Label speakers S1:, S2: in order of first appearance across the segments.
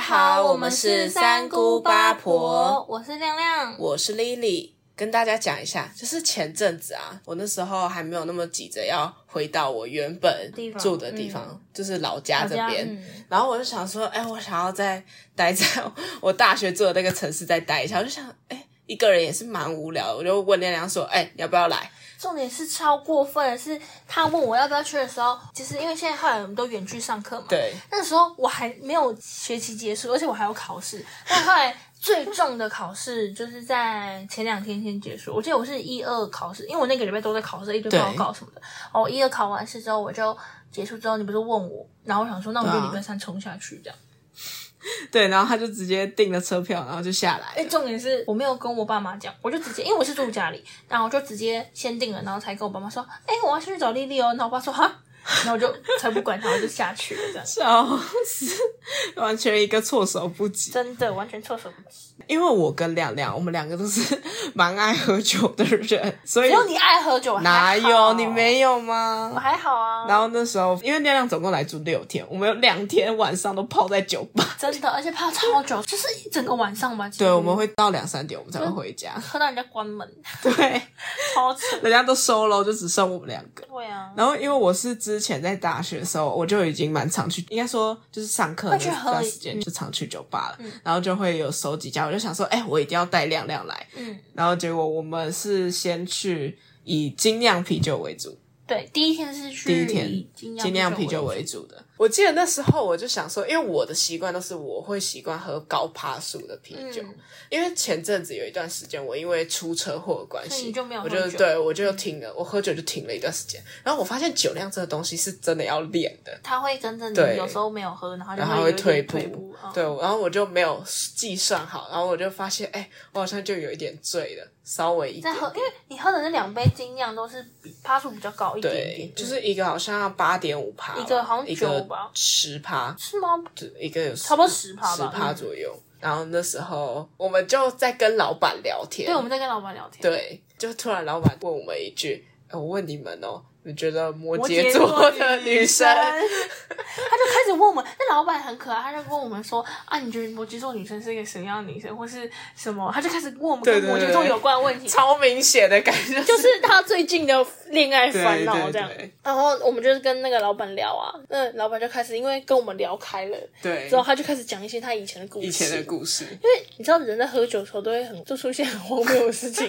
S1: 好，我们是三姑八婆，
S2: 我是亮亮。
S1: 我是 Lily，跟大家讲一下，就是前阵子啊，我那时候还没有那么急着要回到我原本
S2: 地方嗯
S1: 住的地方，就是老家这
S2: 老家
S1: 边。
S2: 嗯
S1: 然后我就想说，哎、我想要再待在 我大学住的那个城市再待一下。我就想，哎、一个人也是蛮无聊的，我就问亮亮说，哎、要不要来？
S2: 重点是超过分的是，他问我要不要去的时候，其实因为现在后来我们都远距上课嘛，
S1: 对，
S2: 那时候我还没有学期结束，而且我还有考试。但后来最重的考试就是在前两天先结束。我记得我是一二考试，因为我那个礼拜都在考试，一堆
S1: 对
S2: 报告什么的。哦，我一二考完试之后，我就结束之后，你不是问我，然后我想说，那我就
S1: 对啊
S2: 礼拜三冲下去这样。
S1: 对，然后他就直接订了车票，然后就下来
S2: 哎、重点是我没有跟我爸妈讲，我就直接，因为我是住家里，然后我就直接先定了，然后才跟我爸妈说，哎、我要先去找丽丽哦。然后我爸说哈，然后我就才不管他，我就下去了这样。
S1: 笑死，完全一个措手不及。
S2: 真的完全措手不及，
S1: 因为我跟亮亮，我们两个都是 蛮爱喝酒的人，所以
S2: 只有你爱喝酒，我还
S1: 哪
S2: 好
S1: 有你没有
S2: 我
S1: 吗？
S2: 还好啊，
S1: 然后那时候，因为亮亮总共来住六天，我们有两天晚上都泡在酒吧，
S2: 真的，而且泡超久，就是一整个晚上吧。
S1: 对，我们会到两三点我们才会回家，
S2: 喝到人家关门，
S1: 对，
S2: 超扯。
S1: 人家都 solo 就只剩我们两个。
S2: 对啊，
S1: 然后因为我是之前在大学的时候，我就已经蛮常去，应该说就是上课那
S2: 会去喝
S1: 段时间就常去酒吧了，然后就会有熟几家，我就想说，哎、我一定要带亮亮来，
S2: 嗯，
S1: 然后结果我们是先去以精酿啤酒为主，
S2: 对，第一天是去
S1: 第一天
S2: 以
S1: 精
S2: 精
S1: 酿
S2: 酿
S1: 啤酒
S2: 为
S1: 为主的。我记得那时候我就想说，因为我的习惯都是我会习惯喝高趴数的啤酒，
S2: 嗯
S1: 因为前阵子有一段时间我因为出车祸的关
S2: 所以
S1: 系，
S2: 你就没有
S1: 我
S2: 喝
S1: 就
S2: 酒嗯
S1: 对我就停了，我喝酒就停了一段时间。然后我发现酒量这个东西是真的要练的，
S2: 他会跟着你
S1: 对
S2: 有时候没有喝，然后就
S1: 然后
S2: 有
S1: 会
S2: 一点
S1: 退步，
S2: 退步。嗯
S1: 对，然后我就没有计算好，然后我就发现，哎、我好像就有一点醉了，稍微一点
S2: 再喝，哎因
S1: 点
S2: 为你喝的那两杯精酿都是比趴数比较高一点
S1: 对
S2: 点，，
S1: 就是一个好像八点五趴吧，
S2: 一个好像
S1: 一个
S2: 9吧
S1: 十趴，
S2: 是吗？
S1: 就一个有
S2: 差不多10趴吧
S1: 十趴
S2: 嗯
S1: 左右。然后那时候我们就在跟老板聊天，
S2: 对，我们在跟老板聊天。
S1: 对就突然老板问我们一句：“呃我问你们哦，你觉得摩
S2: 摩
S1: 羯
S2: 羯
S1: 座
S2: 座
S1: 的女
S2: 生，
S1: 生
S2: 他就开始问我们，那老板很可爱，他就问我们说啊，你觉得摩羯座女生是一个什么样的女生，或是什么？他就开始问我们
S1: 对
S2: 跟
S1: 对
S2: 摩羯
S1: 对
S2: 座
S1: 对
S2: 有关的问题，
S1: 超明显的感觉
S2: 就。是他最近的恋爱烦恼
S1: 对对
S2: 这样
S1: 对。
S2: 然后我们就是跟那个老板聊啊，那老板就开始因为跟我们聊开了，”
S1: 对
S2: 之，后他就开始讲一些他以前的故事。
S1: 以前的故事，
S2: 因为你知道人在喝酒的时候都会很就出现很荒谬的事情。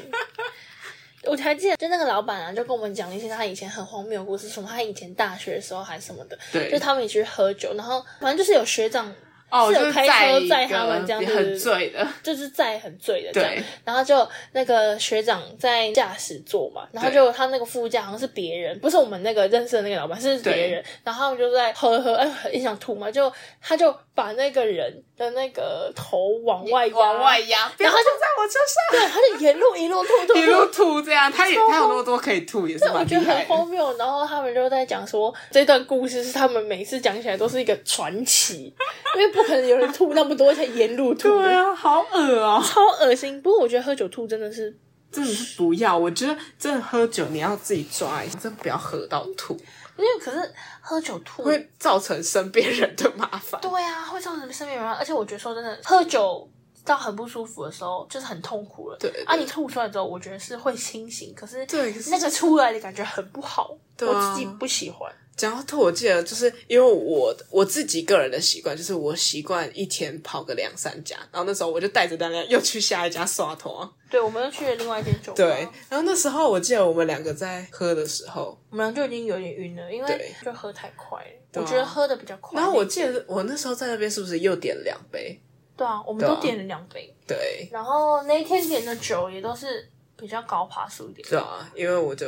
S2: 我还记得，就那个老板啊，就跟我们讲了一些他以前很荒谬的故事，什么他以前大学的时候还什么的，
S1: 对
S2: 就他们一起去喝酒，然后反正就是有学长
S1: 哦，
S2: 是
S1: 就
S2: 有
S1: 是
S2: 开
S1: 在
S2: 车
S1: 一
S2: 载他
S1: 个
S2: 们这样子
S1: 很醉的，
S2: 就是在很醉的这样
S1: 对，
S2: 然后就那个学长在驾驶座嘛，然后就他那个副驾好像是别人，不是我们那个认识的那个老板，是别人，然后他们就在喝喝，哎，很想吐嘛，就他就把那个人的那个头往外压
S1: 往外，压，
S2: 然后就
S1: 不要在我车
S2: 对，他就沿路一路吐吐
S1: 上，一路
S2: 吐。
S1: 吐这样，他也
S2: 超
S1: 他有那么多可以吐，也是
S2: 对，我
S1: 蛮厉
S2: 觉得
S1: 害
S2: 很
S1: 的。
S2: 荒谬。然后他们就在讲说，这段故事是他们每次讲起来都是一个传奇，因为不可能有人吐那么多，而且沿路吐的，
S1: 对啊，好恶哦、
S2: 超恶心。不过我觉得喝酒吐真的是
S1: 真的是不要，我觉得真的喝酒你要自己抓一下，真的不要喝到吐，
S2: 因为可是喝酒吐，
S1: 会造成身边人的麻烦。
S2: 对啊，会造成身边人啊，而且我觉得说真的，喝酒到很不舒服的时候，就是很痛苦了。
S1: 对对
S2: 啊，你吐出来之后，我觉得是会清醒，可是
S1: 对可是
S2: 那个出来的感觉很不好，
S1: 对啊
S2: 我自己不喜欢。
S1: 讲到吐，我记得就是因为我我自己个人的习惯，就是我习惯一天跑个两三家，然后那时候我就带着大家又去下一家刷头啊。
S2: 对，我们又去了另外一间酒吧，
S1: 对，然后那时候我记得我们两个在喝的时候，
S2: 我们俩就已经有点晕了，因
S1: 对
S2: 为就喝太快了。
S1: 对啊
S2: 我觉得喝的比较快。
S1: 然后我记得我那时候在那边是不是又点了两杯？
S2: 对啊，我们
S1: 对啊
S2: 都点了两杯，
S1: 对，
S2: 然后那一天点的酒也都是比较高爬数一点。
S1: 对啊，因为我 就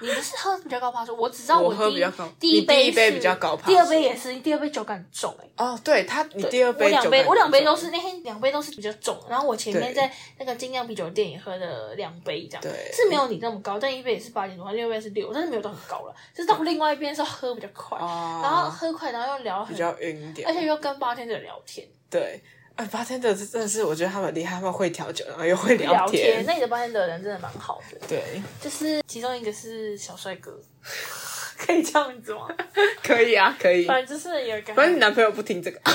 S2: 你不是喝比较高爬数，我只知道
S1: 我
S2: 第
S1: 喝比较高
S2: 第一杯
S1: 你第一杯
S2: 是
S1: 比较高趴数
S2: 第二杯也是，第二杯酒感很重哎、
S1: 哦，对他，你第二杯
S2: 我两
S1: 酒
S2: 杯，
S1: 感
S2: 我两杯
S1: 觉
S2: 都是那天两杯都是比较重，然后我前面
S1: 对
S2: 在那个精酿啤酒店也喝了两杯这样，
S1: 对
S2: 是没有你那么高，但一杯也是八点多，另一杯是六，但是没有到很高了，就是到另外一边的时候喝比较快，
S1: 哦
S2: 然后喝快，然后又聊
S1: 比
S2: 很，
S1: 较晕一点，
S2: 而且又跟八天的聊天
S1: 对，哎，bartender 真的是，我觉得他们很厉害，他们会调酒，然后又会
S2: 聊
S1: 天。
S2: 那里的八天的人真的蛮好的，
S1: 对，
S2: 就是其中一个是小帅哥， 可以这样子吗？
S1: 可以啊，可以。
S2: 反正就是有一个，
S1: 反正你男朋友不听这个，
S2: 哦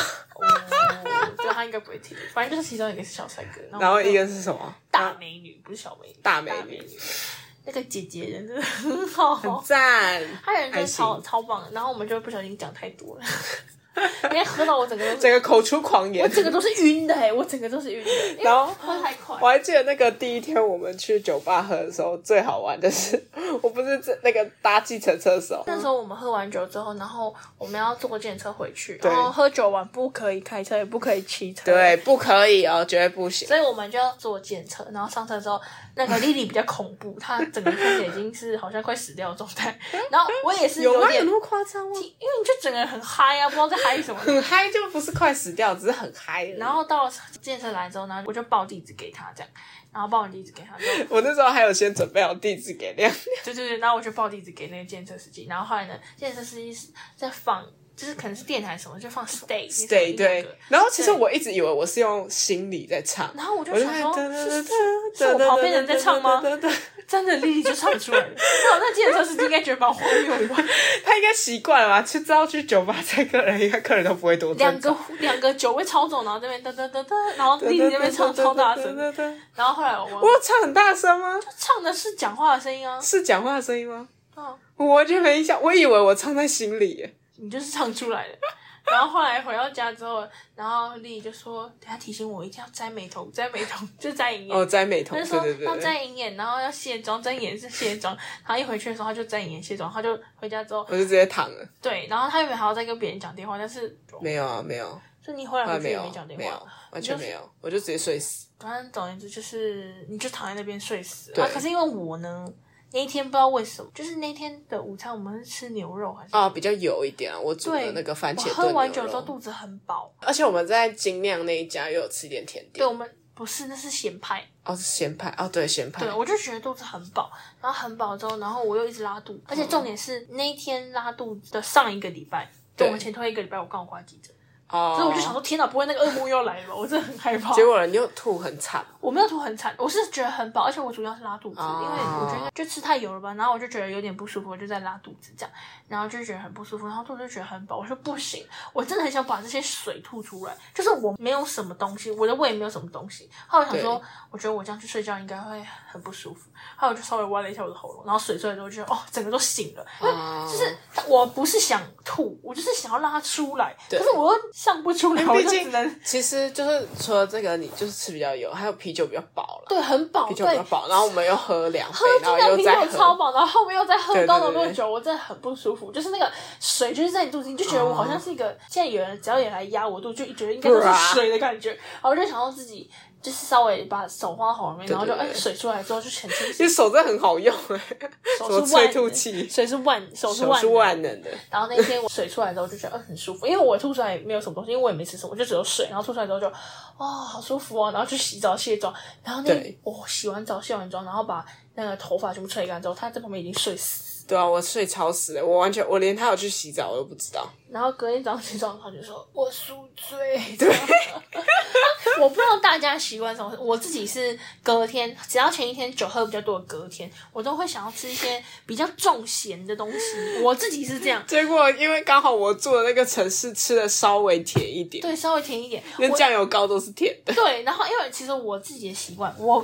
S2: 对他应该不会听。反正就是其中一个是小帅哥，
S1: 然后一
S2: 个
S1: 个是什么？
S2: 大美女，不是小美女，
S1: 大美
S2: 美
S1: 女
S2: 女。那个姐姐人真的很好
S1: 很，赞，
S2: 她人真
S1: 爱
S2: 的
S1: 心
S2: 超超棒的。然后我们就不小心讲太多了， 因为喝到我整个都是，
S1: 整个口出狂言
S2: 我。整个都是晕的哎、我整个都是晕的，因为
S1: 然后
S2: 喝太快
S1: 我。还记得那个第一天我们去酒吧喝的时候，最好玩的是， 我不是在那个搭计程车的时候，
S2: 那时候我们喝完酒之后，然后我们要坐电车回去，
S1: 对
S2: 然后喝酒完不可以开车，也不可以骑车，
S1: 对，，不可以哦，绝对不行。
S2: 所以我们就要坐电车。然后上车之后，那个莉莉比较恐怖，她整个看起来已经是好像快死掉的状态。然后我也是
S1: 有吗？
S2: 点，
S1: 有
S2: 因
S1: 那
S2: 为
S1: 么夸张吗？
S2: 你就整个人很嗨啊，不知道在嗨什么。
S1: 很嗨就不是快死掉，只是很嗨而已。
S2: 然后到了健身来之后呢，我就报地址给他，这样，然后报完地址给他之后，
S1: 我那时候还有先准备好地址 给亮，
S2: 对对对，然后我就报地址给那个健身司机，然后后来呢，健身司机是在放，就是可能是电台什么，就放 stay stay
S1: 对对。然后其实
S2: 对
S1: 我一直以为我是用心里在唱，
S2: 然后我就
S1: 我就
S2: 想
S1: 看
S2: 说，
S1: 哒哒哒
S2: 是是
S1: 哒
S2: 是我
S1: 哒哒
S2: 旁边人
S1: 哒
S2: 在唱 吗
S1: 哒哒哒
S2: 真的莉莉就唱 出来了。那我那健身司机应该觉得蛮荒谬的吧？
S1: 他应该习惯了吧？去知道去酒吧载客人，应该客人都不会多
S2: 两
S1: 正常。
S2: 个两个酒味超重，然后这边噔噔噔噔，然后莉莉那边唱超大声，哦
S1: 哒哒哒哒哒
S2: 然后后来我
S1: 我有唱很大声吗？
S2: 唱的是讲话的声音啊，
S1: 是讲话的声音吗？
S2: 嗯，
S1: 我完全没印象，我以为我唱在心里耶。
S2: 你就是唱出来的。然后后来回到家之后，然后莉莉就说：“等下提醒我一定要摘眉头，摘眉头就摘眼
S1: 哦，
S2: 眼。
S1: 摘美瞳，
S2: 她就
S1: 对
S2: 说
S1: 对对
S2: 要
S1: 对，
S2: 摘眼眼，然后要卸妆，摘眼是卸妆。然后一回去的时候，她就摘眼眼卸妆，她就回家之后，
S1: 我就直接躺了。
S2: 对，然后她原本还要再跟别人讲电话，但是
S1: 没有啊，没有，
S2: 就你后来
S1: 后来
S2: 回去
S1: 没
S2: 也没
S1: 有啊
S2: 讲，电
S1: 没有
S2: 话，，
S1: 完全没有，我就直接睡死。
S2: 反正总而言之就是，你就躺在那边睡死。
S1: 对
S2: 啊，可是因为我呢，那一天不知道为什么，就是那天的午餐我们是吃牛肉还是？
S1: 啊，比较油一点啊，我煮的
S2: 对，
S1: 那个番茄
S2: 我
S1: 炖
S2: 喝完
S1: 牛
S2: 酒之后
S1: 肉，
S2: 肚子很饱。
S1: 而且我们在精酿那一家又有吃一点甜
S2: 对，
S1: 点，
S2: 我们不是那是咸派。
S1: 哦，是咸派，哦，对，咸派
S2: 对，，我就觉得肚子很饱，然后很饱之后，然后我又一直拉肚
S1: 嗯
S2: 子，而且重点是那一天拉肚子的上一个礼拜，就
S1: 对
S2: 我们前推一个礼拜，我刚好挂急诊，
S1: 哦，
S2: 所以我就想说，天哪，不会那个噩梦又来了吧？我真的很害怕。
S1: 结果你又吐很惨，
S2: 我没有吐很惨，我是觉得很饱，而且我主要是拉肚子，
S1: 哦
S2: 因为我觉得就吃太油了吧，然后我就觉得有点不舒服，我就在拉肚子这样，然后就觉得很不舒服，然后肚子就觉得很饱，我说不行，我真的很想把这些水吐出来，就是我没有什么东西，我的胃没有什么东西，后来我想说
S1: 对，
S2: 我觉得我这样去睡觉应该会很不舒服，后来我就稍微挖了一下我的喉咙，然后水出来之后，就觉得哦，整个都醒了，因为
S1: 哦
S2: 就是我不是想吐，我就是想要让它出来，
S1: 对
S2: 可是我又上不出来，我
S1: 毕
S2: 就只
S1: 竟
S2: 能。
S1: 其实就是除了这个，你就是吃比较油，还有啤酒比较饱了，
S2: 对，很饱，
S1: 啤酒比
S2: 对
S1: 较，饱，然后我们又喝两杯
S2: 喝，
S1: 然后
S2: 精酿
S1: 又
S2: 啤
S1: 再
S2: 酒超
S1: 喝，
S2: 饱，然后后面又在喝
S1: 对对
S2: 高浓度
S1: 对
S2: 的酒，我真的很不舒服。就是那个水就是在你肚子，你就觉得我好
S1: 哦
S2: 像是一个，现在有人只要也来压我肚，就觉得应该都是
S1: 啊
S2: 水的感觉。然后我就想到自己就是稍微把手放到喉咙里面，然后就
S1: 对对
S2: 哎
S1: 对
S2: 水出来之后就很清
S1: 其
S2: 醒，
S1: 实手真的很好用哎，
S2: 手
S1: 什
S2: 是
S1: 么
S2: 万
S1: 催吐
S2: 能
S1: 器
S2: 水是万手是
S1: 手
S2: 万
S1: 是
S2: 能
S1: 万能的，
S2: 然后那天我水出来之后就觉得嗯很舒服，因为我吐出来也没有什么东西，因为我也没吃什么，我就只有水。然后吐出来之后就哦好舒服哦，然后去洗澡卸妆，然后那
S1: 对
S2: 我、洗完澡卸完妆，然后把那个头发全部吹干之后，他在旁边已经睡死。
S1: 对啊，我睡超死了，我完全我连他有去洗澡我都不知道，
S2: 然后隔天早上起床，他就说 我宿醉。对， 我不知道大家习惯什么，我自己是隔天，只要前一天酒喝比较多，隔天我都会想要吃一些比较重咸的东西。我自己是 这样，
S1: 结果因为刚好我住的那个城市吃的稍微甜一点，
S2: 对，稍微甜一点。
S1: 连
S2: 我
S1: 酱油膏都是甜的，
S2: 对，然后因为其实我自己的习惯，我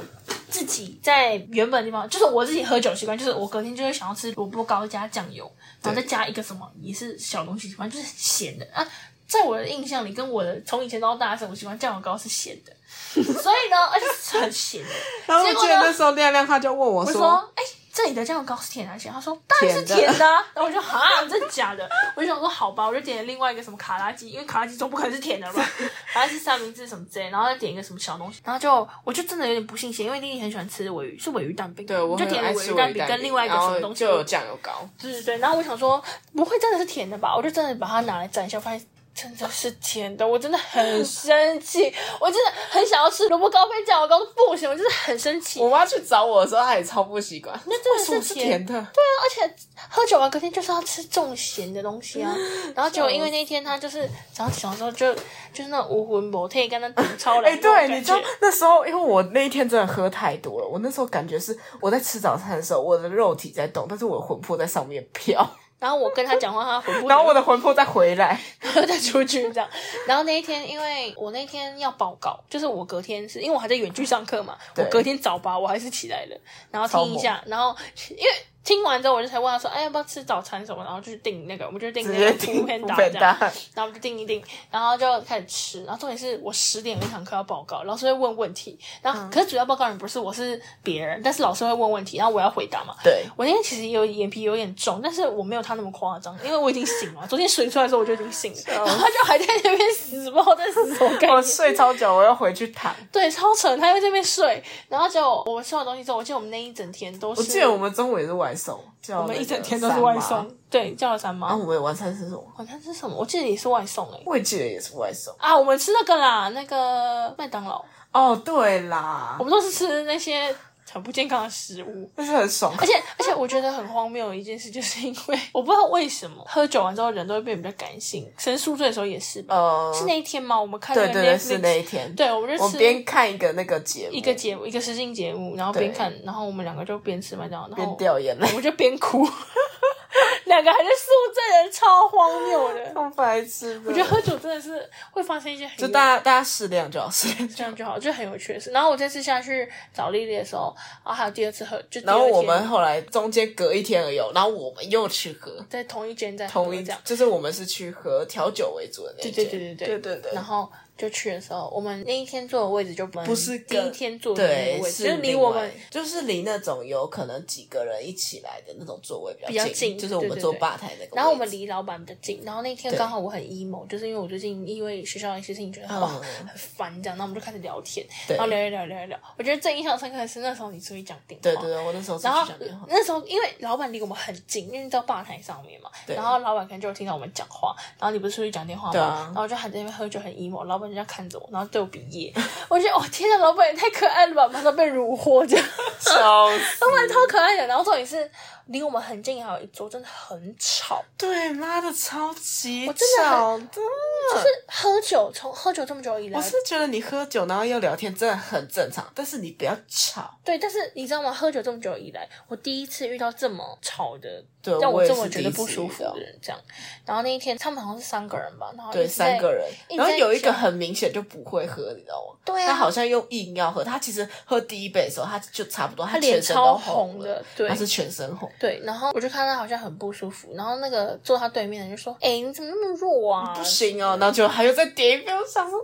S2: 自己在原本的地方，就是我自己喝酒的习惯，就是我隔天就会想要吃萝卜糕加酱油，然后再加一个什么也是小东西，反正就是咸的啊。在我的印象里，跟我的从以前到大的时候，我喜欢酱油膏是咸的，所以呢，而且是很咸的。
S1: 然后我
S2: 结果
S1: 记得
S2: 呢
S1: 那时候亮亮他就问我
S2: 我
S1: 说，
S2: 说：“哎、啊这里的酱油膏是甜的还是咸的？”他说：“当然是
S1: 甜的
S2: 甜的啊。” 然后我就哈，真的假的？我就想说好吧，我就点了另外一个什么卡拉鸡，因为卡拉鸡总不可能是甜的 吧？卡拉鸡三明治什么之类，然后再点一个什么小东西，然后就我就真的有点不信邪，因为丽丽很喜欢吃尾鱼，是尾鱼蛋饼，
S1: 对我
S2: 就
S1: 很
S2: 点了
S1: 爱
S2: 尾
S1: 吃
S2: 鱼
S1: 蛋
S2: 饼跟另外一个
S1: 然
S2: 什
S1: 后
S2: 么东西，
S1: 就有酱油 膏，
S2: 对对对。然后我想说不会真的是甜的吧？我就真的把它拿来蘸一下，发现。真的是甜的，我真的很生气，我真的很想要吃萝卜糕配酱油膏，不行，我真的很生气。
S1: 我妈去找我的时候，她也超不习惯，
S2: 那真的
S1: 为什么是
S2: 是甜
S1: 甜的，
S2: 而且喝酒完隔天就是要吃重咸的东西 啊，然后结果因为那天他就是早上起床的时候就就是那种无魂不退，跟那顶超来
S1: 哎、
S2: 的那种感觉。
S1: 对，你知道那时候，因为我那一天真的喝太多了，我那时候感觉是我在吃早餐的时候，我的肉体在动，但是我的魂魄在上面飘。
S2: 然后我跟他讲话，他回复，
S1: 然后我的魂魄再回来，
S2: 再出去这样。然后那一天，因为我那天要报告，就是我隔天是因为我还在远距上课嘛，我
S1: 对
S2: 隔天早八我还是起来了，然后听一下，然后因为。听完之后，我就才问他说：“哎，要不要吃早餐什么？”然后去订那个，我们就订
S1: 直
S2: 那个
S1: 接
S2: Food
S1: 听
S2: Panda
S1: 笨
S2: 这样。
S1: 蛋。
S2: 然后我们就定一定，然后就开始吃。然后重点是我十点有一堂课要报告，老师会问问题，然后、
S1: 嗯
S2: 可是主要报告人不是我是别人，但是老师会问问题，然后我要回答嘛。
S1: 对，
S2: 我那天其实有眼皮有点重，但是我没有他那么夸张，因为我已经醒了。昨天水出来的时候我就已经醒了，然后他就还在那边死，不知道在死什么概
S1: 我
S2: 念。
S1: 睡超久，我要回去躺。
S2: 对，超扯，他又在那边睡。然后就我们吃完东西之后，我记得我们那一整天都是，
S1: 我记得我们中午也是外送，叫
S2: 我们
S1: 那
S2: 一
S1: 个
S2: 整天都是外送，对，叫了三
S1: 然
S2: 妈
S1: 后。我们晚餐是什么？
S2: 晚餐吃什么？我记得也是外送诶、欸
S1: 我也记得也是外送。
S2: 啊，我们吃那个啦，那个麦当劳。
S1: 哦，对啦
S2: 我，们都是吃那些很不健康的食物。
S1: 但是很爽。
S2: 而且而且，我觉得很荒谬的一件事，就是因为 我不知道为什么喝酒完之后人都会变得比较感性，神宿醉的时候也是吧？
S1: 呃，
S2: 是那一天吗？我们看那
S1: 对
S2: 个
S1: 对对，是那
S2: Netflix，
S1: 一天。
S2: 对，我们就
S1: 我
S2: 吃
S1: 边看一个那个节目，
S2: 一个节目，一个实境节目，然后
S1: 对
S2: 边看，然后我们两个就边吃麦当劳，然
S1: 边
S2: 后
S1: 掉眼
S2: 我
S1: 泪，
S2: 们就边哭， 两个还在宿醉的，超荒谬的。
S1: 超白痴的。
S2: 我
S1: 我
S2: 觉得喝酒真的是会发生一些很
S1: 就
S2: 有
S1: 大家大家适量就好，适量就好。
S2: 这样就好，就很有趣的事。然后我这次下去找丽丽的时候，啊，还有第二次喝，就第
S1: 然后
S2: 二
S1: 我
S2: 天
S1: 们后来中间隔一天而已哦，然后我们又去喝，
S2: 在同一间在喝
S1: 同一
S2: 这样，
S1: 就是我们是去喝调酒为主的那一
S2: 对
S1: 间，
S2: 对对对
S1: 对
S2: 对
S1: 对对
S2: 然后就去的时候，我们那一天坐的位置就不
S1: 不是
S2: 第一
S1: 跟
S2: 天坐的那
S1: 对
S2: 个位置，
S1: 是
S2: 就是离
S1: 另
S2: 我
S1: 外
S2: 们
S1: 就是离那种有可能几个人一起来的那种座位比
S2: 比较
S1: 近，
S2: 近
S1: 就是我
S2: 对
S1: 们
S2: 对
S1: 坐
S2: 对
S1: 吧台那个位置。
S2: 然后我们离老板比较近，然后那天
S1: 对
S2: 刚好我很 emo，就是因为我最近因为学校的一些事情觉得哇、
S1: 嗯
S2: 很烦这样，那我们就开始聊天，
S1: 对
S2: 然后聊一聊聊一聊，我觉得最印象深刻的是那时候你出去讲电话，
S1: 对对对，我那时候是
S2: 然后
S1: 去 讲电话，
S2: 那时候因为老板离我们很近，因为到吧台上面嘛，
S1: 对啊
S2: 然后老板可能就有听到我们讲话，然后你不是出去讲电话吗？
S1: 对啊
S2: 然后我就还在那边喝酒很 emo，老板就这样看着我，然后对我比耶， 我觉得哦天呐，老板也太可爱了吧，马上被虏获 这样，
S1: 笑死！
S2: 老板超可爱的。然后重点是离我们很近，还有一桌真的很吵，
S1: 对，妈的，超级
S2: 我真的很
S1: 吵的。
S2: 就是喝酒从喝酒这么久以来
S1: 我，是觉得你喝酒然后又聊天真的很正常，但是你不要吵。
S2: 对，但是你知道吗？喝酒这么久以来，我第一次遇到这么吵的，
S1: 对
S2: 让
S1: 呃我也
S2: 这
S1: 是
S2: 么觉
S1: 第
S2: 得
S1: 一
S2: 不
S1: 次
S2: 舒
S1: 遇
S2: 服
S1: 到
S2: 的人这样。然后那一天他们好像是三个人吧，然后
S1: 对，
S2: 一直
S1: 三
S2: 在
S1: 个人，
S2: 一直
S1: 然后
S2: 在
S1: 有一个
S2: 讲
S1: 很明显就不会喝，你知道吗？
S2: 对啊
S1: 他好像又硬要喝，他其实喝第一杯的时候，他就差不多，他
S2: 脸
S1: 全身
S2: 超
S1: 都
S2: 红
S1: 了
S2: 的，对
S1: 他是全身红。
S2: 对，然后我就看他好像很不舒服，然后那个坐他对面的人就说：“哎、你怎么那么弱啊
S1: 不行哦，然后就还有再点一杯，我想说？”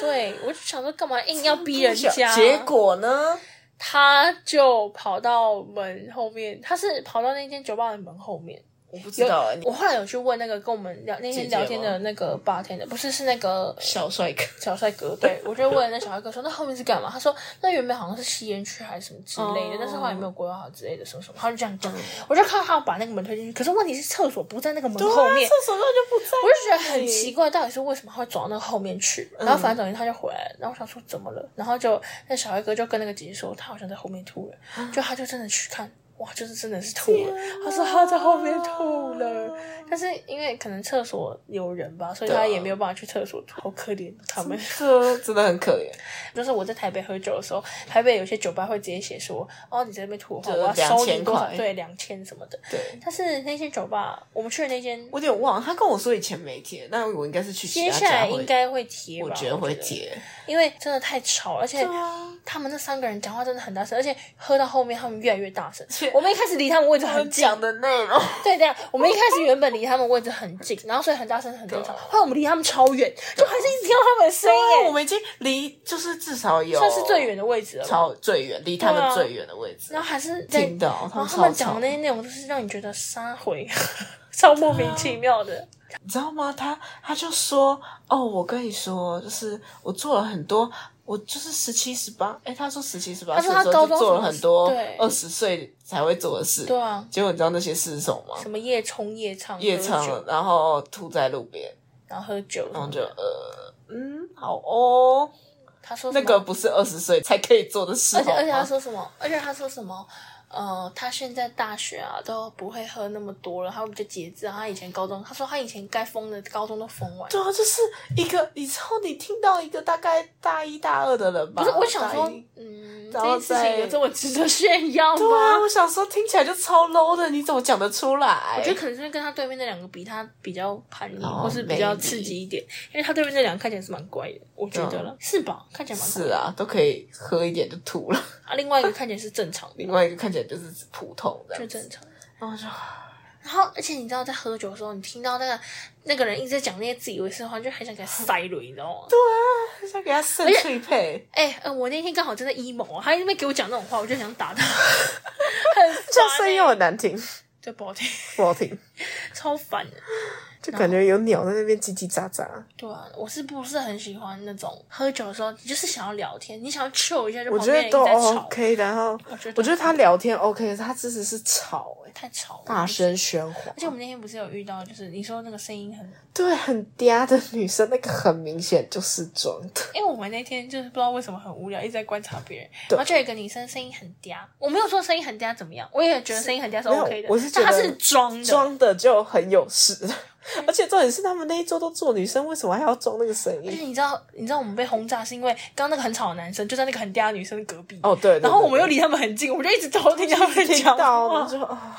S2: 对，我就想说干嘛硬要逼人家？啊
S1: 结果呢？
S2: 他就跑到门后面，他是跑到那间酒吧的门后面。
S1: 我不知道啊，你
S2: 我后来有去问那个跟我们聊那
S1: 姐
S2: 天
S1: 姐
S2: 聊天
S1: 吗
S2: 的那个 bartender，不是是那个
S1: 小帅哥
S2: 小帅哥，对我就问那小帅哥说，那后面是干嘛？他说那原本好像是吸烟区还是什么之类的，
S1: 哦
S2: 但是后来没有规划好之类的什么什么，他就这样讲。我就看到他把那个门推进去，可是问题是厕所不在那个门后
S1: 对啊
S2: 面，
S1: 厕所那就不在，
S2: 我就觉得很奇怪，到底是为什么他会走到那个后面去？然后反正总之他就回来了，然后我想说怎么了？然后就那小帅哥就跟那个姐姐说，他好像在后面吐了，就他就真的去看。哇，就是真的是吐了。他说他在后面吐了，但是因为可能厕所有人吧，所以
S1: 对
S2: 他
S1: 啊
S2: 也没有办法去厕所吐，好可怜他们。
S1: 这真的很可怜，
S2: 就是我在台北喝酒的时候，台北有些酒吧会直接写说，哦，你在那边吐的话，
S1: 就
S2: 我
S1: 是
S2: 要收你
S1: 2000
S2: 多少，
S1: 块
S2: 对，两千什么的。
S1: 对。
S2: 但是那间酒吧，我们去的那间，
S1: 我有点忘了，他跟我说以前没贴，那我应该是去其
S2: 接
S1: 他
S2: 下
S1: 家
S2: 来
S1: 会
S2: 应该会贴吧，
S1: 我
S2: 我
S1: 觉得会，贴。
S2: 因为真的太吵了，而且
S1: 对啊
S2: 他们那三个人讲话真的很大声，而且喝到后面他们越来越大声
S1: 且。
S2: 我们一开始离他们位置
S1: 我
S2: 很
S1: 们
S2: 近，
S1: 讲的内容，
S2: 对对，我们一开始原本离他们位置很近，然后所以很大声很正
S1: 啊
S2: 常。后来我们离他们超远，就还是一直听到他们的声
S1: 因为我
S2: 音，
S1: 们已经离就是至少有
S2: 哎，算是最远的位置了吧。
S1: 超最远，离他们最远的位
S2: 啊
S1: 置。
S2: 然后还是在
S1: 听到
S2: 然后
S1: 他们
S2: 他
S1: 超
S2: 们讲
S1: 吵
S2: 的，那些内容，就是让你觉得杀回， 超莫名其妙的。
S1: 你知道吗？他他就说：“哦，我跟你说，就是我做了很多，我就是十七十八。”哎，他说十七十八
S2: 他
S1: 岁
S2: 说
S1: 的
S2: 他
S1: 时候
S2: 高中
S1: 就做了很多
S2: 什么对
S1: 二十岁才会做的事。
S2: 对啊，
S1: 结果你知道那些事是什么吗？
S2: 什么夜冲夜唱，
S1: 夜
S2: 喝
S1: 唱啊
S2: 酒，，
S1: 然后吐在路边，
S2: 然后喝酒，
S1: 然后就呃嗯好哦，
S2: 他说什
S1: 那
S2: 么
S1: 个，不是二十岁才可以做的事。
S2: 而且
S1: 好吗
S2: 而且他说什么，而且他说什么。呃，他现在大学啊都不会喝那么多了，他会比较节制啊。他以前高中，他说他以前该疯的高中都疯完。
S1: 对啊，就是一个，你知道，你听到一个大概大一大二的人吧？
S2: 不是，我想说
S1: 大一，
S2: 嗯，这
S1: 然后
S2: 件事情有
S1: 再
S2: 这么值得炫耀吗？
S1: 对啊，我想说听起来就超 low 的，你怎么讲得出来？
S2: 我觉得可能是跟他对面那两个比，他比较叛逆，
S1: 哎哦
S2: 或是比较刺激一点，因为他对面那两个看起来是蛮乖的，我觉得了，是吧？看起来蛮乖
S1: 嗯是啊，都可以喝一点就吐了。
S2: 啊，另外一个看起来是正常的，
S1: 另外一个看起来就是普通的，
S2: 就正常。
S1: 然后我就
S2: 然后，而且你知道，在喝酒的时候，你听到那个那个人一直在讲那些自以为是的话，就很想给他塞了，你知道吗？对。
S1: 很想给他剩脆配，
S2: 哎、呃我那天刚好真的 emo，啊他一直在给我讲那种话，我就想打 他，很烦、欸。
S1: 这样声音又很难听，
S2: 就不好听，
S1: 不好听，
S2: 超烦的。
S1: 就感觉有鸟在那边叽叽喳喳。
S2: 对啊，我是不是很喜欢那种喝酒的时候，你就是想要聊天，你想要 chill 一下，就
S1: 我
S2: 旁
S1: 觉
S2: 边人一
S1: 得
S2: 直
S1: 都哦
S2: 在吵，
S1: OK，然后
S2: 我觉得
S1: 我觉得他聊天 OK，可是他真的是吵哎、
S2: 太吵了，
S1: 大。声喧哗
S2: 而，且我们那天不是有遇到，就是你说那个声音很，
S1: 对，很嗲的女生，那个很明显就是装的。
S2: 因为我们那天就是不知道为什么很无聊，一直在观察别人，
S1: 对
S2: 然后就有一个女生声音很嗲，我没有说声音很嗲怎么样，我也觉得声音很嗲是
S1: 没有
S2: OK 的，
S1: 我是觉
S2: 但
S1: 得
S2: 她是装的，嗯
S1: 装的就很有事，而且重点是他们那一桌都坐女生，为什么还要装那个声
S2: 而且
S1: 音？
S2: 你知道，你知道我们被轰炸是因为刚刚那个很吵的男生就在那个很嗲的女生隔壁，
S1: 哦，对对对
S2: 然后我们又离他们很近，我们就一直偷听 他们
S1: 听
S2: 讲
S1: 到，
S2: 话
S1: 我就啊，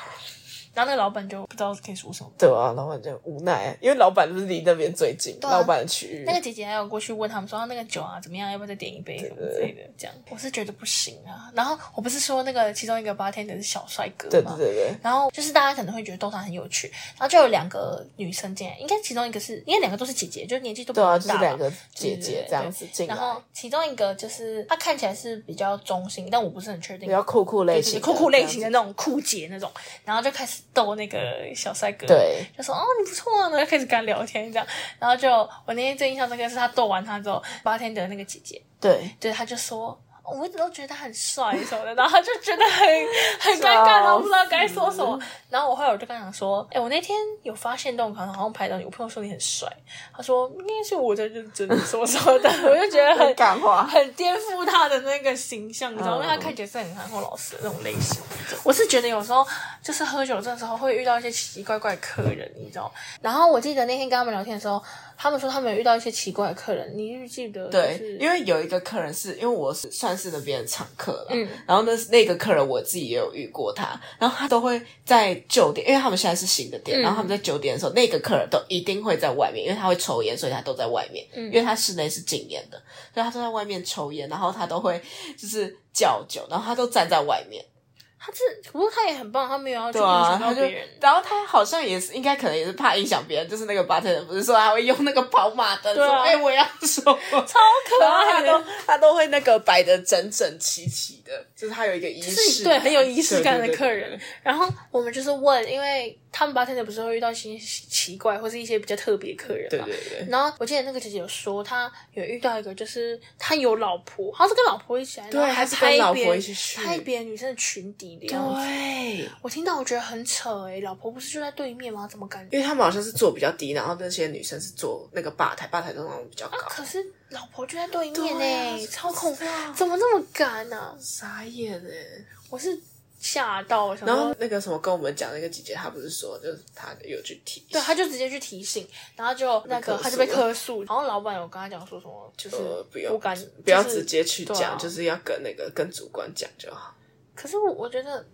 S2: 然后那个老板就不知道可以说什么。
S1: 对啊，老板就无奈，因为老板就是离那边最近，
S2: 啊
S1: 老板的区域
S2: 那。个姐姐还有过去问他们说，啊那个酒啊怎么样，要不要再点一杯什么之类的，这样我是觉得不行啊。然后我不是说那个其中一个 bartender 是小帅哥啊
S1: 对对
S2: 吗？
S1: 对对，
S2: 然后就是大家可能会觉得豆汤很有趣，然后就有两个女生进来，应该其中一个是，应该两个都是姐姐，就年纪都不
S1: 对
S2: 大
S1: 啊，就是
S2: 吧
S1: 两个姐姐这样子进来
S2: 然，后其中一个就是她看起来是比较中性，但我不是很确定，
S1: 比较酷酷类
S2: 对对
S1: 型的，
S2: 酷酷类型的
S1: 这样子。
S2: 那种酷姐那种，然后就开始逗那个小帅哥，，
S1: 对，
S2: 就说哦你不错啊， 然后就开始跟他聊天这样，然后就我那天最印象深刻是他逗完他之后，八天的那个姐姐，
S1: 对，
S2: 对，他就说。哦我一直都觉得他很帅什么的，然后他就觉得很很尴
S1: 笑死
S2: 尬，然后不知道该说什么。然后我后来我就跟他讲说，哎、我那天有发现动好像好像拍到你，我朋友说你很帅，他说应该是我在认真什么什么 的，我就觉得很
S1: 感化。
S2: 很颠覆他的那个形象，你知道吗？
S1: 嗯
S2: 因为他看起来是很韩国老师的那种类型。我是觉得有时候就是喝酒的时候会遇到一些奇奇怪怪的客人，你知道。然后我记得那天跟他们聊天的时候，他们说他们有遇到一些奇怪的客人，你预记得、就是？
S1: 对，因为有一个客人是因为我是算是那边的常客了，
S2: 嗯，
S1: 然后那那个客人我自己也有遇过他，然后他都会在九点，因为他们现在是新的店，
S2: 嗯
S1: 然后他们在九点的时候，那个客人都一定会在外面，因为他会抽烟，所以他都在外面，嗯因为他室内是禁烟的，所以他都在外面抽烟，然后他都会就是叫酒，然后他都站在外面。
S2: 他是，不过他也很棒，他没有要去
S1: 对
S2: 影
S1: 啊，
S2: 响
S1: 他
S2: 到
S1: 就
S2: 别人。，
S1: 然后他好像也是，应该可能也是怕影响别人，就是那个 bartender 不是说他会用那个跑马灯
S2: 对
S1: 说，
S2: 啊
S1: 哎、我要说，
S2: 超可
S1: 然后他
S2: 爱
S1: 都
S2: 的，
S1: 他都会那个摆的整整齐齐的，就是他有一个仪式
S2: 是
S1: 感，
S2: 对很有仪式感的客人。
S1: 对对对对
S2: 然后我们就是问，因为他们 bartender 不是会遇到一些奇怪或是一些比较特别的客人嘛？
S1: 对对对，
S2: 然后我记得那个姐姐有说，她有遇到一个，就是她有老婆，她是跟老婆一起来，
S1: 对
S2: 然后还
S1: 她是
S2: 拍
S1: 跟老
S2: 别
S1: 婆
S2: 人
S1: 一起去
S2: 拍别的女生的裙底的样子。
S1: 对，
S2: 我听到我觉得很扯哎、老婆不是就在对面吗？怎么感觉？
S1: 因为他们好像是坐比较低，然后那些女生是坐那个吧台，吧台都那种比较高，
S2: 可是老婆就在对面
S1: 对啊
S2: 哎、超恐怖
S1: 是啊，
S2: 怎么那么敢呢、啊？
S1: 傻眼哎、
S2: 我是吓到，我想
S1: 然后
S2: 说。
S1: 那个什么跟我们讲那个姐姐，她不是说就是她有去提，
S2: 对，她就直接去提醒，然后就那个
S1: 被客诉
S2: 她就被客诉，然后老板有跟她讲说什么，就是
S1: 呃不用
S2: 敢，
S1: 不要
S2: 就是
S1: 直接去
S2: 对啊
S1: 讲，就是要跟那个跟主管讲就好。
S2: 可是我我觉得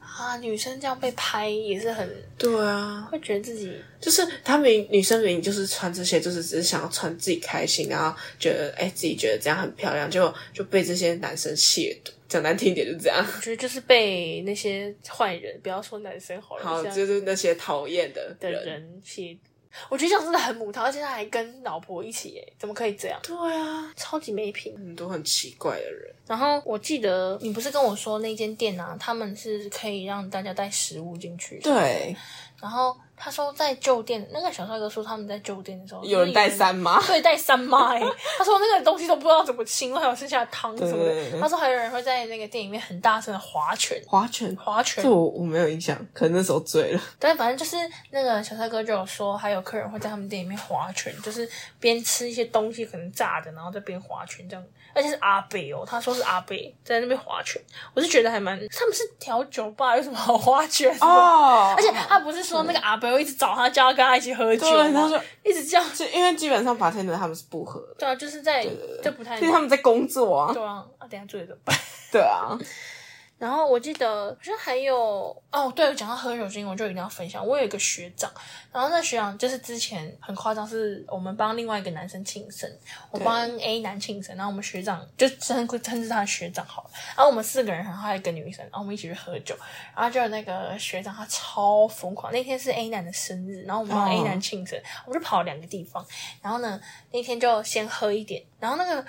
S2: 啊，女生这样被拍也是很
S1: 对啊，
S2: 会觉得自己
S1: 就是她明女生明明就是穿这些，就是只是想要穿自己开心，然后觉得哎、自己觉得这样很漂亮，就就被这些男生亵渎。讲难听一点就是这 样。
S2: 我觉得就是被那些坏人，不要说男生好了，
S1: 好，
S2: 这样
S1: 就是那些讨厌的
S2: 的人亵渎。我觉得这样真的很母汤，而且他还跟老婆一起，耶，怎么可以这样？
S1: 对啊，
S2: 超级没品。
S1: 很多很奇怪的人。
S2: 然后我记得你不是跟我说那间店啊，他们是可以让大家带食物进去，。
S1: 对，
S2: 然后他说在旧店，那个小帅哥说他们在旧店的时候，
S1: 有人带三妈，
S2: 对，带三妈、欸。他说那个东西都不知道怎么清，还有剩下的汤什么
S1: 对对
S2: 的。
S1: 对
S2: 他说还有人会在那个店里面很大声的划拳，
S1: 划拳，
S2: 划拳
S1: 这。我我没有印象，可能那时候醉了。
S2: 但反正就是那个小帅哥就有说，还有客人会在他们店里面划拳，就是边吃一些东西，可能炸的，然后再边划拳这样。而且是阿北哦，他说是阿北在那边划拳，我是觉得还蛮，他们是调酒吧，有什么好划拳的？
S1: 哦
S2: 而且他不是说那个阿北一直找他，叫他跟他一起喝酒
S1: 对，他
S2: 吗？
S1: 说，
S2: 一直叫，
S1: 就因为基本上 bartender 他们是不喝的，
S2: 对啊，就是在这不太
S1: 因为他们在工作啊。
S2: 对啊，啊，等一下醉了怎么办？
S1: 对啊，
S2: 然后我记得好像还有哦，对，我讲到喝酒精，我就一定要分享。我有一个学长，然后那学长就是之前很夸张，是我们帮另外一个男生庆生，我
S1: 对
S2: 帮 A 男庆生，然后我们学长就称称之他的学长好了。然后我们四个人，然后还有一个女生，然后我们一起去喝酒，然后就有那个学长他超疯狂，那天是 A 男的生日，然后我们帮
S1: 哦
S2: A 男庆生，我们就跑了两个地方，然后呢那天就先喝一点，然后那个。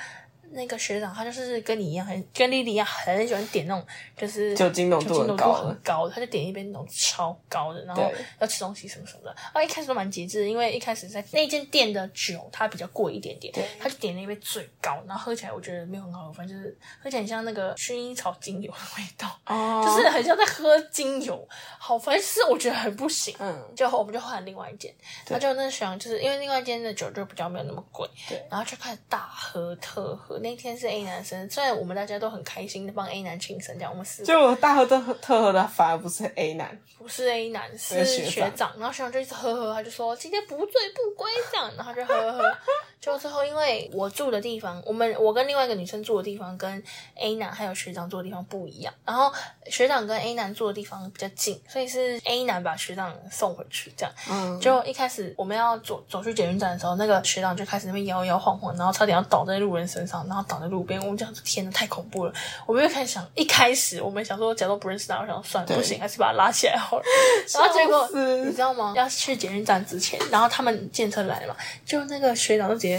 S2: 那个学长他就是跟你一样，很跟莉莉一样，很喜欢点那种就是
S1: 酒精浓度
S2: 酒精
S1: 很
S2: 浓
S1: 高
S2: 很
S1: 的
S2: 高的，他就点一杯那种超高的，然后
S1: 对
S2: 要吃东西什么什么的。啊，一开始都蛮节制的，因为一开始在那间店的酒它比较贵一点点
S1: 对，
S2: 他就点了一杯最高，然后喝起来我觉得没有很好喝，反正就是喝起来很像那个薰衣草精油的味道，
S1: 哦
S2: 就是很像在喝精油，好，反正就是我觉得很不行。
S1: 嗯，
S2: 就我们就换另外一间，
S1: 对
S2: 他就那时候就是因为另外一间的酒就比较没有那么贵，
S1: 对
S2: 然后就开始大喝特喝。那天是 A 男生，虽然我们大家都很开心的帮 A 男庆生，这样我们四个
S1: 就我大喝特喝特喝的反而不是 A 男，
S2: 不是 A 男，是
S1: 是
S2: 学
S1: 学
S2: 然后学长就一直喝喝，他就说今天不醉不归这样，然后就喝喝喝。就最后因为我住的地方，我们我跟另外一个女生住的地方跟 A 男还有学长住的地方不一样，然后学长跟 A 男住的地方比较近，所以是 A 男把学长送回去这样。
S1: 嗯，
S2: 就一开始我们要走走去捷运站的时候，那个学长就开始那边摇摇晃晃，然后差点要倒在路人身上，然后倒在路边。我们讲天哪，太恐怖了！我们就开始想，一开始我们想说假装不认识他，我想说算了，
S1: 对
S2: 不行，还是把他拉起来好了。然后结果
S1: 笑死
S2: 你知道吗？要去捷运站之前，然后他们建车来了嘛，就那个学长就直接。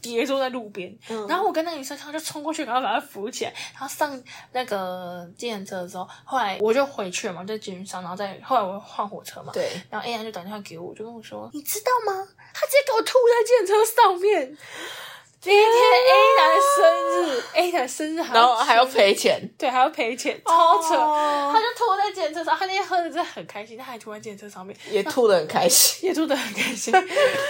S2: 跌坐在路边，
S1: 嗯
S2: 然后我跟那个女生，她就冲过去，然后把她扶起来。然后上那个计程车的时候，后来我就回去了嘛，在捷运上，然后再后来我换火车嘛，
S1: 对，
S2: 然后 A 男就打电话给我，就跟我说：“你知道吗？他直接给我吐在电车上面。”那一天 A 男的生日，A 男的生日还
S3: 然后还要
S2: 请
S3: 赔钱，
S2: 对，还要赔钱，超扯。
S1: 哦
S2: 他就吐在电车上，他那天喝的真的很开心，他还吐在电车上面，
S3: 也吐得很开心。
S2: 也吐得很开 心。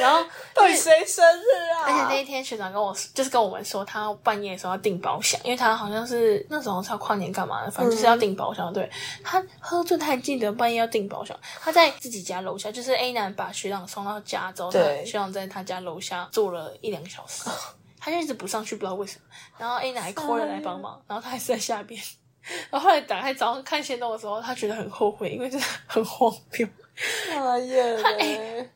S2: 然后
S1: 到底谁生日
S2: 而且那
S1: 啊？
S2: 一天学长跟我说就是跟我们说，他半夜的时候要订包厢，因为他好像是那时候是要跨年干嘛的，反正就是
S3: 嗯
S2: 要订包厢。对他喝醉，他还记得半夜要订包厢。他在自己家楼下，就是 A 男把学长送到家之后，他
S1: 对
S2: 学长在他家楼下坐了一两个小
S3: 哦
S2: 时， 他就一直不上去，不知道为什么。然后 A 男还 call 人来帮忙，然后他还是在下边。然后后来打开早上看线动的时候，他觉得很后悔，因为真的很荒谬，
S1: 哎呀，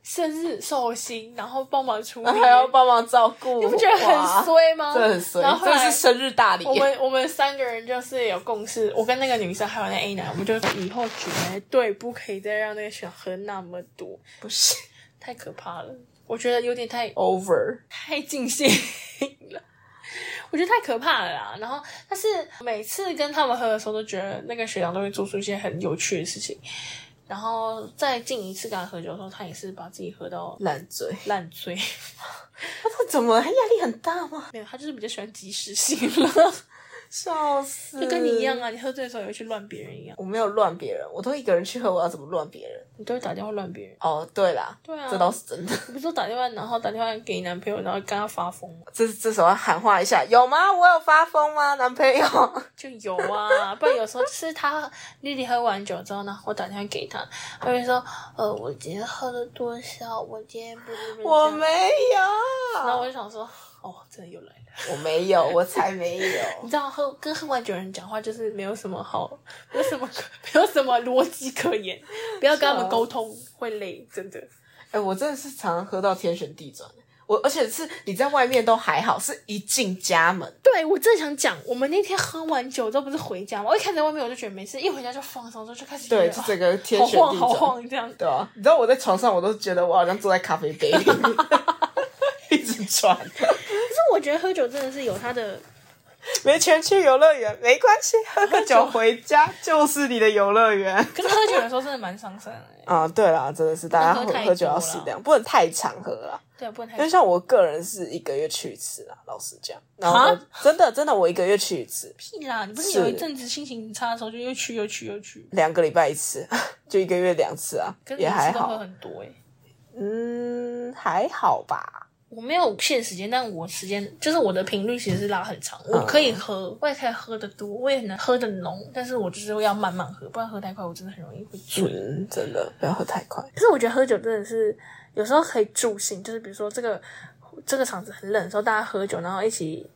S2: 生日寿星，然后帮忙处理，
S3: 然后还要帮忙照顾，
S2: 你不觉得很
S3: 哇？
S2: 衰吗？
S3: 这很衰
S2: 然后，后
S3: 这
S2: 来
S3: 是生日大礼
S2: 我。们 我们三个人就是有共识，我跟那个女生还有那 A 男，我们就以后绝对不可以再让那个小喝那么多，
S3: 不是
S2: 太可怕了。我觉得有点太
S3: over，
S2: 太尽兴了，我觉得太可怕了啦。然后，但是每次跟他们喝的时候，都觉得那个学长都会做出一些很有趣的事情。然后再进一次跟他喝酒的时候，他也是把自己喝到
S3: 烂醉。
S2: 烂醉。
S3: 他怎么了他压力很大吗？
S2: 没有，他就是比较喜欢及时性了，
S3: 笑死！
S2: 就跟你一样啊，你喝醉的时候也会去乱别人一样。
S3: 我没有乱别人，我都一个人去喝，我要怎么乱别人？
S2: 你都会打电话乱别人，
S3: 哦，对啦，
S2: 对啊
S3: 这倒是真的。
S2: 你不是都打电话，然后打电话给你男朋友，然后跟他发疯吗？
S3: 这这时候要喊话一下，有吗？我有发疯吗？男朋友，
S2: 就有啊，不然有时候就是他丽丽喝完酒之后呢，我打电话给他，他会说，呃，我今天喝了多少？我今天不不不，
S3: 我
S2: 这样
S3: 没
S2: 然后
S3: 有，
S2: 我就想说，哦，真的又来了。
S3: 我没有，我才没有。
S2: 你知道喝跟喝完酒的人讲话就是没有什么好，没有什么没有什么逻辑可言，不要跟他们沟通会累，真的。
S3: 哎、我真的是常常喝到天旋地转。欸我而且是你在外面都还好，是一进家门，
S2: 对，我正想讲，我们那天喝完酒之后不是回家吗？我一开始在外面我就觉得没事，一回家就放松，之后就开始觉得
S3: 对，
S1: 啊
S3: 就整个天
S2: 好
S3: 旋
S2: 晃
S3: 地
S2: 好
S3: 转。
S2: 晃这样。
S3: 对啊，你知道我在床上，我都觉得我好像坐在咖啡杯 里，一直转。
S2: 可是我觉得喝酒真的是有它的
S1: 没钱去游乐园没关系，喝个酒回家就是你的游 乐园。
S2: 可是喝酒的时候真的蛮伤身的。欸
S1: 啊、对啦，真的是大家
S2: 那喝
S1: 喝
S2: 太
S1: 喝酒
S2: 多
S1: 要
S2: 了
S1: 适量，不能太常喝啦。
S2: 对，啊不能
S1: 因为
S2: 太
S1: 像我个人是一个月去一次啦，老实讲，然后
S2: 啊
S1: 我真的真的我一个月去一次，
S2: 屁啦！你不
S1: 是
S2: 是有一阵子心情很差的时候就又去又去又去，
S1: 两个礼拜一次， 就一个月两次啊
S2: 可，是
S1: 也
S2: 每次
S1: 还
S2: 都喝
S1: 好，
S2: 很多哎、
S1: 嗯，还好吧，
S2: 我没有限时间，但我时间就是我的频率其实是拉很长，我可以喝，我也可以喝的多，我也能喝的浓，但是我就是要慢慢喝，不然喝太快我真的很容易会醉。
S1: 嗯，真的不要喝太快，
S2: 可是我觉得喝酒真的是有时候可以助兴，就是比如说这个这个场子很冷的时候，大家喝酒，然后一起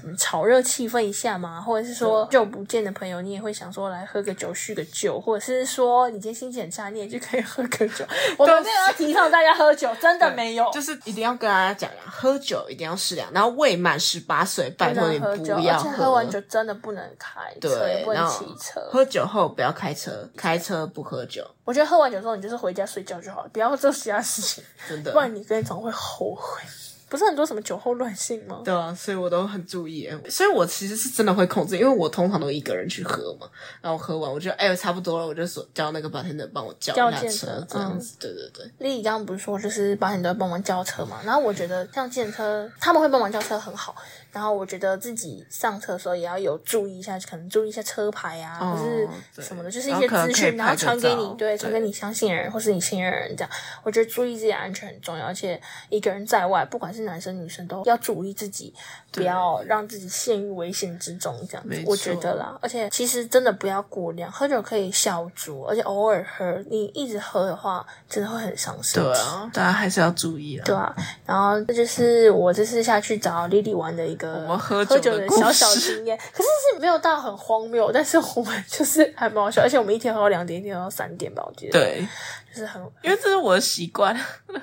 S2: 怎么炒热气氛一下嘛，或者是说久不见的朋友，你也会想说来喝个酒叙个旧，或者是说你今天心情很差，你也去可以喝个 酒。我们没有要提倡大家喝酒，真的没有，
S3: 就是一定要跟大家讲啊，喝酒一定要适量，然后未满十八岁，拜
S2: 不
S3: 托你
S2: 能喝
S3: 不
S2: 酒，
S3: 要
S2: 而且喝完酒真的不能开车，也
S3: 对，
S2: 不
S3: 然
S2: 能
S3: 后
S2: 骑车。
S3: 喝酒后不要开车，开车不喝酒，
S2: 我觉得喝完酒之后，你就是回家睡觉就好了，不要做其他事情，
S3: 真的
S2: 不。然你跟你总会后悔。不是很多什么酒后乱性吗？
S3: 对啊，所以我都很注意，所以我其实是真的会控制，因为我通常都一个人去喝嘛，然后喝完我就哎、差不多了，我就说叫那个 bartender 帮我叫
S2: 叫
S3: 一下
S2: 健
S3: 车
S2: 身嗯
S3: 这样子，对对对，
S2: 丽丽刚刚不是说就是八点都要帮忙叫车嘛，然后我觉得像见车他们会帮忙叫车很好，然后我觉得自己上车的时候也要有注意一下，可能注意一下车牌啊，
S3: 哦
S2: 或是
S3: 对
S2: 什么的，就是一
S3: 然后
S2: 些
S3: 可能
S2: 资
S3: 可以
S2: 讯，然后
S3: 拍个
S2: 传给
S3: 照
S2: 你，对，传给
S3: 对
S2: 你相信的人或是你信任的人这样。我觉得注意自己的安全很重要，而且一个人在外，不管是男生女生都要注意自己，不要让自己陷于危险之中这样子
S3: 没。
S2: 我觉
S3: 错
S2: 得啦，而且其实真的不要过量，喝酒可以小酌，而且偶尔喝，你一直喝的话，真的会很伤身体。
S3: 对啊，大家还是要注意啊。
S2: 对啊，然后这就是我这次下去找莉莉玩的一个
S3: 我们喝
S2: 喝
S3: 酒
S2: 酒
S3: 的
S2: 的
S3: 故
S2: 小小
S3: 事
S2: 经验，可是是没有到很荒谬，但是我们 就是还蛮好笑，而且我们一天喝到两点，一天喝到三点吧，我记得，，
S3: 对，
S2: 就是很，
S3: 因为这是我的习惯，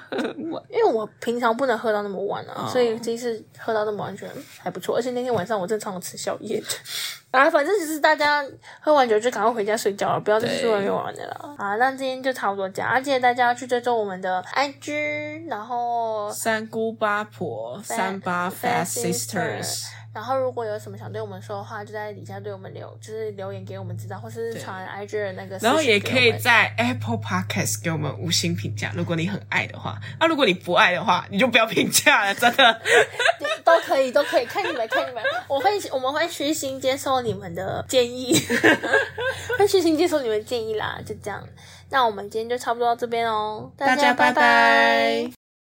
S2: 因为我平常不能喝到那么晚啊，
S3: 哦
S2: 所以这一次喝到那么晚觉得嗯还不错，而且那天晚上我正常有吃宵夜，啊，反正就是大家喝完酒就赶快回家睡觉了，不要再去
S3: 对
S2: 外面玩的了。啊，那今天就差不多这样，啊，记得大家要去追踪我们的 IG，然后
S3: 三姑八婆，三八 fat
S2: Fat Sister
S3: sisters，
S2: 然后如果有什么想对我们说的话，就在底下对我们留，就是留言给我们知道，或是
S3: 对
S2: 传 IG 的那个私讯给
S3: 然
S2: 我们。
S3: 后也可以在 Apple Podcast 给我们五星评价，如果你很爱的话。啊，如果你不爱的话，你就不要评价了，真的。
S2: 都可以，都可以，看你们，看你们，我会我们会虚心接受你们的建议，会虚心接受你们的建议啦，就这样。那我们今天就差不多到这边哦，
S3: 大家拜
S2: 拜
S3: 拜